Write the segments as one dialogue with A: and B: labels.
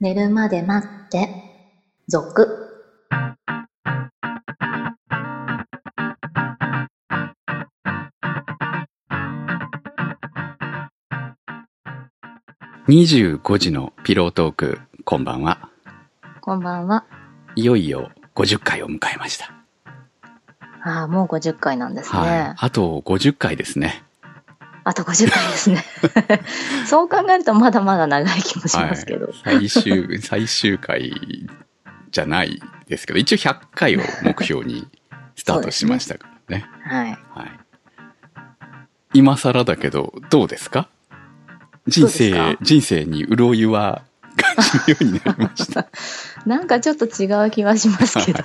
A: 寝るまで待って、続。
B: 25時のピロートーク、こんばんは。
A: こんばんは。
B: いよいよ50回を迎えました。
A: ああ、もう50回なんですね。
B: はい。あと50回ですね。
A: あと50回です ね。そう考えるとまだまだ長い気もしますけど。
B: 最終、最終回じゃないですけど、一応100回を目標にスタートしましたからね。
A: はい。
B: はい。今更だけど、どうですか人生、
A: どうですか
B: 人生に潤いは感じるようになり ました。
A: なんかちょっと違う気はしますけど。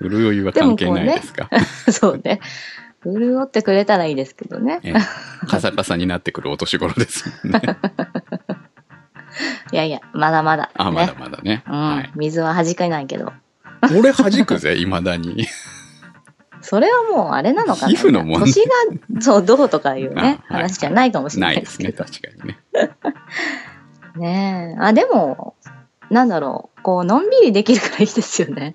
B: 潤いは関係ないですか
A: そうね。潤ってくれたらいいですけどね。
B: ええカサカサになってくるお年頃ですもんね。
A: いやいや、まだまだ、ね。
B: あ、まだまだね。
A: うん、
B: はい。
A: 水は弾けないけど。
B: 俺弾くぜ、未だに。
A: それはもうあれなのかな。
B: 皮膚の問題
A: 年が、そう、どうとかいうね、
B: あはい
A: 話じゃないかもしれな
B: ないい
A: で
B: です す
A: け
B: ね、
A: ど。
B: 確かにね。
A: ねえ。あ、でも、なんだろう。こう、のんびりできるからいいですよね。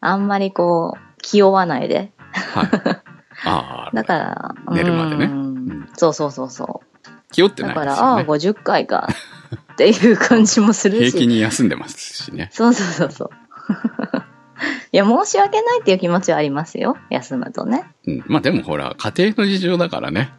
A: あんまりこう、気負わないで。
B: はい。ああ、
A: だから、
B: 寝るまでね
A: うん
B: ん
A: そうそうそうそう。
B: 気負って
A: だ
B: ない
A: か
B: で
A: ら、
B: す
A: あ
B: よ
A: あ、
B: ね。
A: 50回か。っていう感じもする
B: 平
A: し
B: 気。に休んでますしね。
A: そうそうそう そう。いや、申し訳ないっていう気持ちはありますよ。休むとね。
B: うん。まあでもほら、家庭の事情だからね。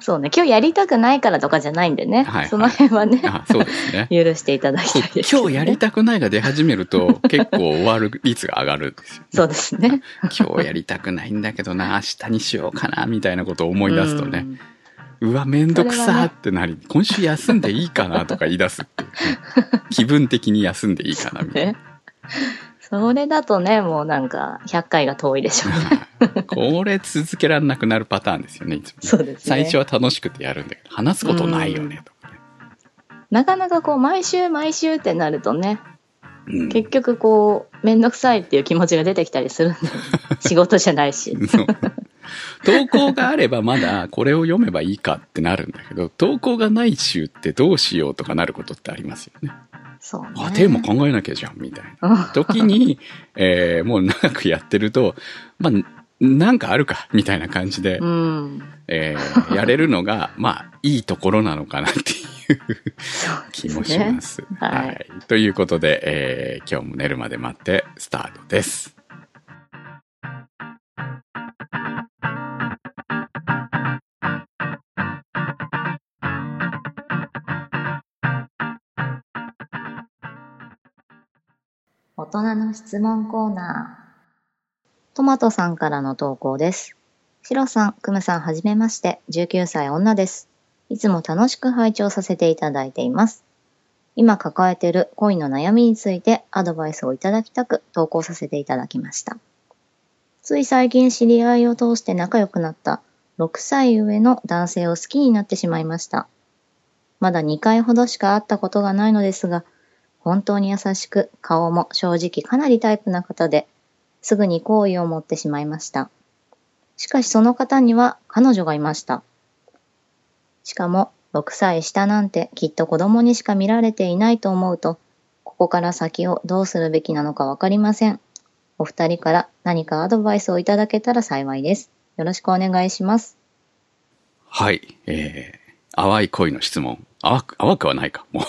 A: そうね。今日やりたくないからとかじゃないんでね。
B: はいはい
A: その辺はね、
B: あそうですね。
A: 許して いただきた
B: そ
A: いうですけどね、
B: 今日やりたくないが出始めると結構終わる率が上がるんですよ、ね。
A: そうですね。
B: 今日やりたくないんだけどな、明日にしようかな、みたいなことを思い出すとね、うわ、めんどく
A: それは
B: さ
A: ね
B: ーってなり、今週休んでいいかなとか言い出すっていうね 気分的に休んでいいかな、
A: うん。
B: みたい
A: ね。それだとね、もうなんか、100回が遠いでしょう ね。
B: な。これ続けられなくなるパターンですよね、いつもね
A: そうですね。
B: 最初は楽しくてやるんだけど、話すことないよね、とかね。
A: なかなかこう、毎週毎週ってなるとね、
B: うん
A: 結局こう、めんどくさいっていう気持ちが出てきたりするん で、仕事じゃないし。
B: そう投稿があればまだこれを読めばいいかってなるんだけど、投稿がない週ってどうしようとかなることってありますよね。
A: そうね。
B: あ、テーマ考えなきゃじゃん、みたい
A: うん
B: な。時に、えーもう長くやってると、まあ、なんかあるか、みたいな感じで、
A: うん。
B: えーやれるのが、 まあ、いいところなのかなっていう気もします。
A: はい
B: い。ということで、えー今日も寝るまで待って、スタートです。
A: 大人の質問コーナー。トマトさんからの投稿です。シロさん、クムさん、はじめまして。19歳女です。いつも楽しく拝聴させていただいています。今抱えている恋の悩みについてアドバイスをいただきたく投稿させていただきました。つい最近知り合いを通して仲良くなった6歳上の男性を好きになってしまいました。まだ2回ほどしか会ったことがないのですが、本当に優しく、顔も正直かなりタイプな方で、すぐに好意を持ってしまいました。しかしその方には彼女がいました。しかも、6歳下なんてきっと子供にしか見られていないと思うと、ここから先をどうするべきなのかわかりません。お二人から何かアドバイスをいただけたら幸いです。よろしくお願いします。
B: はい。えー淡い恋の質問。淡く、淡くはないか。もう、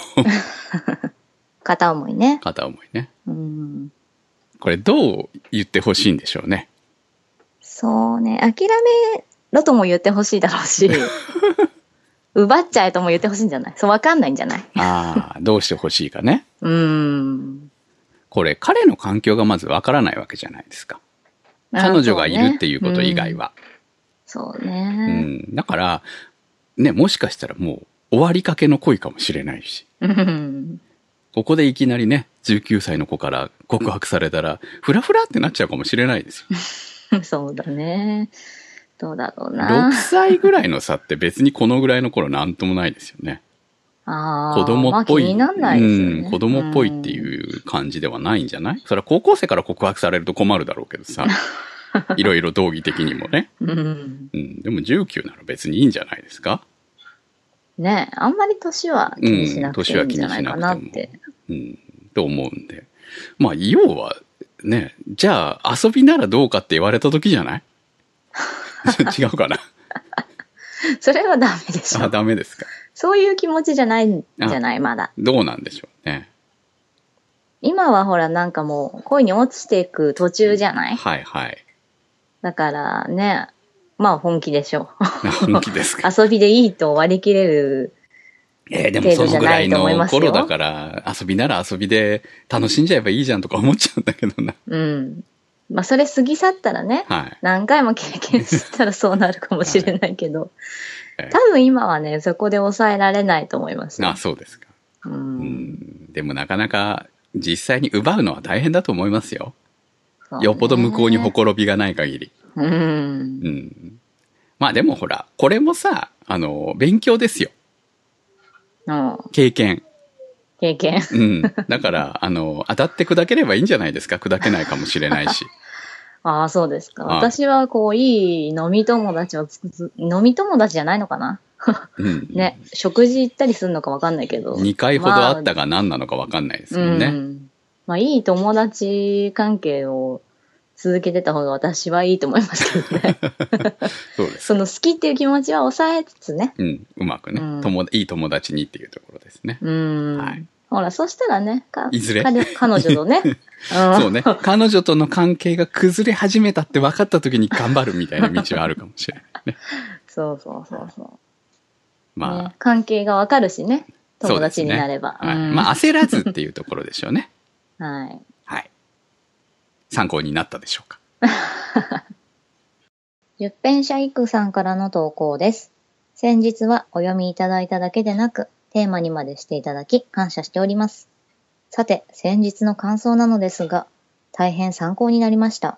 A: 片思いね。
B: 片思いね。
A: うん。
B: これどう言ってほしいんでしょうね。
A: そうね、諦めろとも言ってほしいだろう し、奪っちゃえとも言ってほしいんじゃないそう、わかんないんじゃない
B: ああ、どうしてほしいかね。
A: うーん。
B: これ彼の環境がまずわからないわけじゃないですか。彼女がいるっていうこと以外は。
A: そう
B: うん
A: ね。
B: だから、ね、もしかしたらもう終わりかけの恋かもしれないし。
A: うん。うん
B: ここでいきなりね、19歳の子から告白されたら、フラフラってなっちゃうかもしれないです よ。
A: そうだね。どうだろう
B: 6
A: な。
B: 歳ぐらいの差って別にこのぐらいの頃なんともないですよね。
A: あー
B: 子供っぽい。
A: まあ気になんないですよね
B: うん、子供っぽいっていう感じではないんじゃないそれは高校生から告白されると困るだろうけど さ。いろいろ道義的にもね。
A: うん。うん。
B: うん、でも19なら別にいいんじゃないですか
A: ねえ、あんまり年は気にしなくていいんじゃないかなって。
B: うん、と思うんで。まあ、要は、ね、じゃあ遊びならどうかって言われた時じゃない 違うかな
A: それはダメでし
B: あ、
A: ょ。
B: ダメですか。
A: そういう気持ちじゃないんじゃないまだ。
B: どうなんでしょうね。
A: 今はほらなんかもう恋に落ちていく途中じゃない
B: はいはい。
A: だからね、まあ本気でしょ う。
B: 本気で すか。
A: 遊びでいいと割り切れる。
B: えーでもそのぐらい
A: 程度じゃないと思い
B: の
A: ますよ
B: 頃だから、遊びなら遊びで楽しんじゃえばいいじゃんとか思っちゃうんだけどな。
A: うん。まあそれ過ぎ去ったらね、
B: はい。
A: 何回も経験したらそうなるかもしれないけど、
B: はい
A: 多分今はね、そこで抑えられないと思いますよ
B: あ、そうですか。
A: う。
B: うんん。でもなかなか実際に奪うのは大変だと思いますよ。
A: そうね
B: よっぽど向こうにほころびがない限り。
A: うん。
B: うん。まあでもほら、これもさ、あの、勉強ですよ。
A: うん
B: 経験。
A: 経験。
B: うん。だから、 あの、当たって砕ければいいんじゃないですか。砕けないかもし れないし。
A: ああ、そうですか。
B: はい
A: 私はこう、いい飲み友達をつくつ、飲み友達じゃないのかな
B: うん。
A: ね、食事行ったりするのかわかんないけど。
B: 2回ほどあったが何なのかわかんないですもん
A: う
B: ね。
A: ん。まあ、いい友達関係を続けてた方が私はいいと思いますけど ね。
B: そうです。
A: その好きっていう気持ちは抑えつつね。
B: うん、うまくね、
A: うん
B: 友いい友達にっていうところです ね。
A: うん。
B: はい
A: ほら、そしたらね、か
B: いずれ
A: 彼彼女と ね、うん
B: そうね。彼女との関係が崩れ始めたって分かった時に頑張るみたいな道はあるかもしれないね。
A: そうそうそうそう、
B: まあ、
A: ね関係がわかるしね、
B: そう
A: 友
B: です
A: 達
B: ね
A: になれば。
B: はい
A: うん
B: まあ、焦らずっていうところでしょうね。
A: はい。
B: はい。参考になったでしょうか。
A: 十返社一句さんからの投稿です。先日はお読みいただいただけでなく、テーマにまでしていただき感謝しております。さて、先日の感想なのですが、大変参考になりました。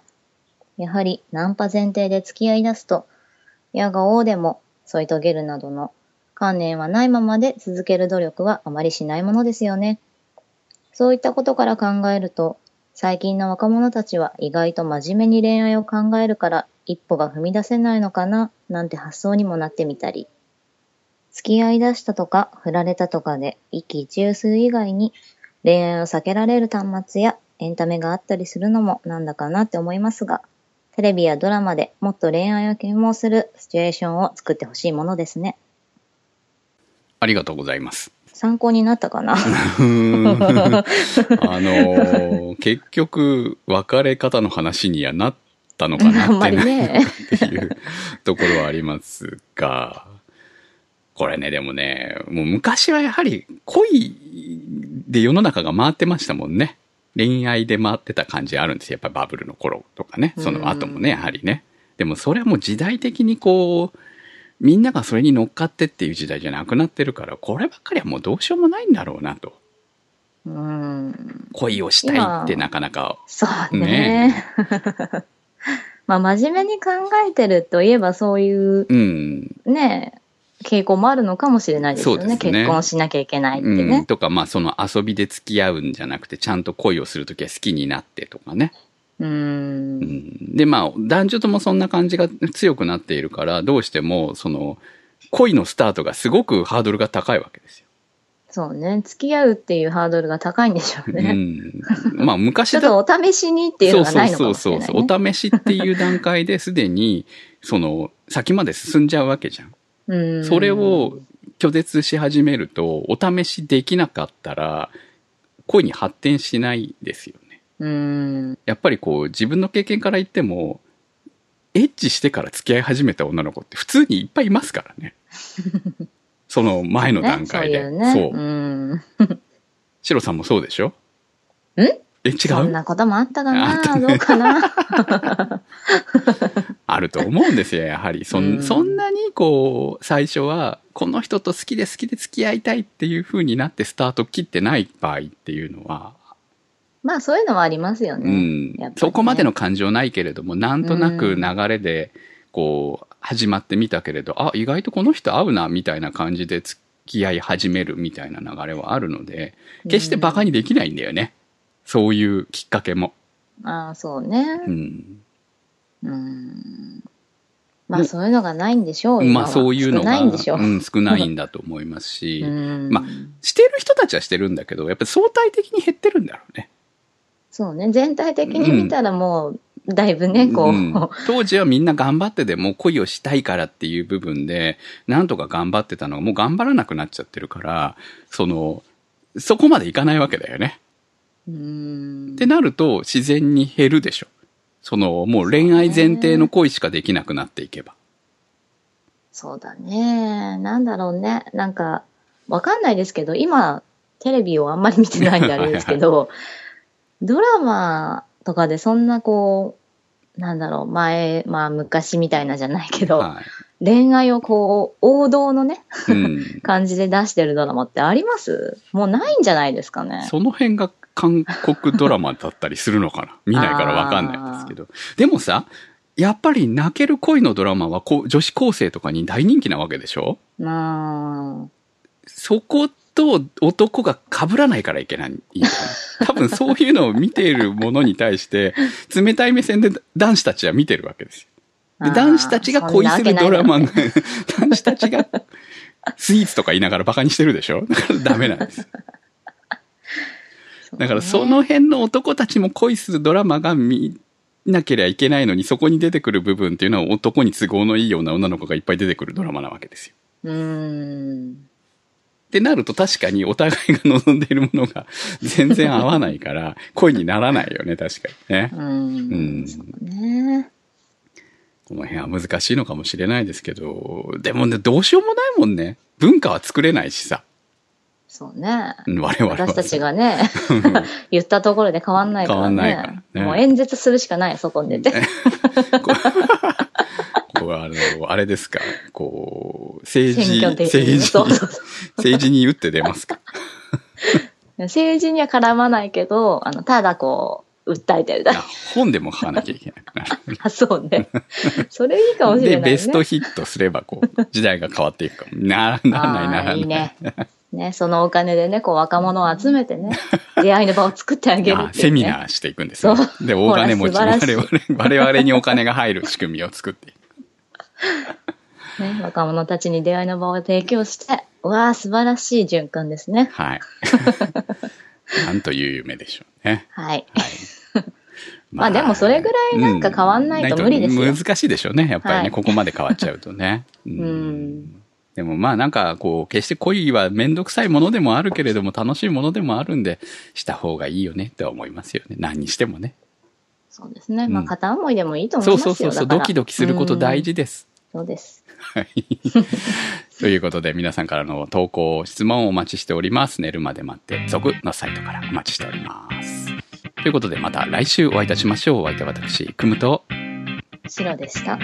A: やはりナンパ前提で付き合い出すと、矢が王でも添い遂げるなどの観念はないままで続ける努力はあまりしないものですよね。そういったことから考えると、最近の若者たちは意外と真面目に恋愛を考えるから一歩が踏み出せないのかななんて発想にもなってみたり付き合い出したとか振られたとかで一喜一憂する以外に恋愛を避けられる端末やエンタメがあったりするのもなんだかなって思いますがテレビやドラマでもっと恋愛を啓蒙するシチュエーションを作ってほしいものですね
B: ありがとうございます。
A: 参考になったかな
B: うーんあ のー結局、別れ方の話にはなったのか なっ
A: あんま
B: て
A: り ね
B: っていうところはありますが、これね、でもね、もう昔はやはり恋で世の中が回ってましたもんね。恋愛で回ってた感じあるんですよ。やっぱりバブルの頃とかね。その後もね、やはりね。でもそれはもう時代的にこう、みんながそれに乗っかってっていう時代じゃなくなってるから、こればっかりはもうどうしようもないんだろうなと。
A: うん
B: 恋をしたいってなかなか。
A: そうね。 まあ真面目に考えてるといえばそういう
B: うん。
A: ね傾向もあるのかもしれないですよね
B: そうですね
A: 結婚しなきゃいけないって
B: うん、
A: ね。
B: とか、まあ、その遊びで付き合うんじゃなくて、ちゃんと恋をするときは好きになってとかね。
A: うー。
B: うんん、で、まあ、男女ともそんな感じが強くなっているから、どうしても、その、恋のスタートがすごくハードルが高いわけですよ。
A: そうね。付き合うっていうハードルが高いんでしょう
B: う
A: ね。
B: ん。まあ、昔
A: ちょ
B: だ
A: っとお試しにっていうのがないのかもし
B: そうそ
A: れ
B: う
A: ない、
B: そ
A: ね。
B: うそう。お試しっていう段階ですでに、その、先まで進んじゃうわけじゃん。
A: うん
B: それを拒絶し始めると、お試しできなかったら、恋に発展しないですよね。
A: うん。
B: やっぱりこう自分の経験から言ってもエッチしてから付き合い始めた女の子って普通にいっぱいいますから ねその前の段階で、
A: ね、そういうね。
B: う
A: うん。
B: シロさんもそうでしょ
A: ん
B: え違
A: そん
B: う
A: なこともあったか
B: あった
A: な、どうかな。
B: あると思う んですよやはりそ,、、
A: うんん
B: そんなにこう最初はこの人と好きで好きで付き合いたいっていう風になってスタート切ってない場合っていうのは、
A: まあそういうのはありますよ
B: う
A: ね。やっ
B: ん
A: ぱりね
B: そこまでの感情ないけれどもなんとなく流れでこう始まってみたけれど、あ意外とこの人合うなみたいな感じで付き合い始めるみたいな流れはあるので決してバカにできないんだよね、そういうきっかけも、
A: ああ、そうね
B: う。ん、
A: うん。まあそういうのがないんでしょう今
B: まあ
A: は
B: そういうの
A: 少
B: が
A: ないんでしょう。
B: ん、少ないんだと思いますし、
A: うん
B: まあしてる人たちはしてるんだけど、やっぱり相対的に減ってるんだろうね。
A: そうね、全体的に見たらもう、だいぶね、こう、
B: うん当時はみんな頑張ってでも恋をしたいからっていう部分で、なんとか頑張ってたのがもう頑張らなくなっちゃってるから、その、そこまでいかないわけだよね。
A: うん
B: ってなると自然に減るでしょ。その、もう恋愛前提の恋しかできなくなっていけば。
A: そうだね。なんだろうね。なんか、わかんないですけど、今、テレビをあんまり見てないんであれですけ ど、ドラマとかでそんなこう、なんだろう、前、まあ昔みたいなじゃないけど、
B: は
A: 恋愛をこう、王道のね、
B: い。うん。
A: 感じで出してるドラマってありますもうないんじゃないですかね。
B: その辺が韓国ドラマだったりするのかな見ないからわかんないですけど。でもさ、やっぱり泣ける恋のドラマはこう女子高生とかに大人気なわけでしょ
A: まあ、
B: そこと男が被らないからいけない。いいのかな多分そういうのを見ているものに対して、冷たい目線で男子たちは見てるわけですよ。で
A: あー
B: 男子たちが恋するドラマの、 男子たちがスイーツとか言いながらバカにしてるでしょだからダメなんです。だからその辺の男たちも恋するドラマが見なければいけないのに、そこに出てくる部分っていうのは男に都合のいいような女の子がいっぱい出てくるドラマなわけですよ。
A: うーん。
B: ってなると確かにお互いが望んでいるものが 全然合わないから、恋にならないよね、確かにね
A: う。
B: うん
A: ん。そうね。
B: この辺は難しいのかもしれないですけど、でもね、どうしようもないもんね。文化は作れないしさ。
A: そうね。
B: うん我々は。
A: 私たちがね、 言ったところで変わんないからね。
B: 変わんないからね
A: もう演説するしかない、そこに出て。
B: こうこう、あの、あれですか。こう、政
A: 選
B: 治、
A: 挙的に
B: 政
A: ね。
B: 治
A: そう
B: に
A: そうそう
B: 政治に打って出ますか。
A: 政治には絡まないけど、あの、ただこう、訴えてるだけ。
B: あ本でも書かなきゃいけなくなる。
A: あ、 そうね。それいいかもしれ
B: で、
A: ない、ね。
B: ベストヒットすれば、こう、時代が変わっていくかも。ならならない、なら
A: あ
B: な
A: ー
B: い。
A: いいね。ね、そのお金でね、こう若者を集めて ね、出会いの場を作ってあげるっていう、
B: あ
A: ね。
B: セミナーしていくんですよ
A: そ。
B: で、大金持ち、
A: ほら素
B: 我
A: 晴ら
B: 々、我々にお金が入る仕組みを作っていく。
A: ね、若者たちに出会いの場を提供して、うわあ、素晴らしい循環ですね。
B: はい。なんという夢でしょうね。
A: はい。まあでもそれぐらいなんか変わんないと
B: う
A: 無理ですよ
B: 難しいでしょうね。やっぱりね、
A: はい
B: ここまで変わっちゃう とね。う
A: うん。
B: でもまあなんかこう、決して恋はめんどくさいものでもあるけれども、楽しいものでもあるんで、した方がいいよねって思いますよね。何にしてもね。
A: そうですね。まあ
B: うん
A: 片思いでもいいと思い
B: そう
A: ます
B: そ
A: よ。
B: うそうそ
A: だ
B: う、
A: から
B: ドキドキすること大。
A: うん
B: 事です。
A: そうです。
B: はい。ということで、皆さんからの投稿、質問をお待ちしております。寝るまで待って、続のサイトからお待ちしております。ということで、また来週お会いいたしましょう。お相手は私、くむと、
A: 白でした。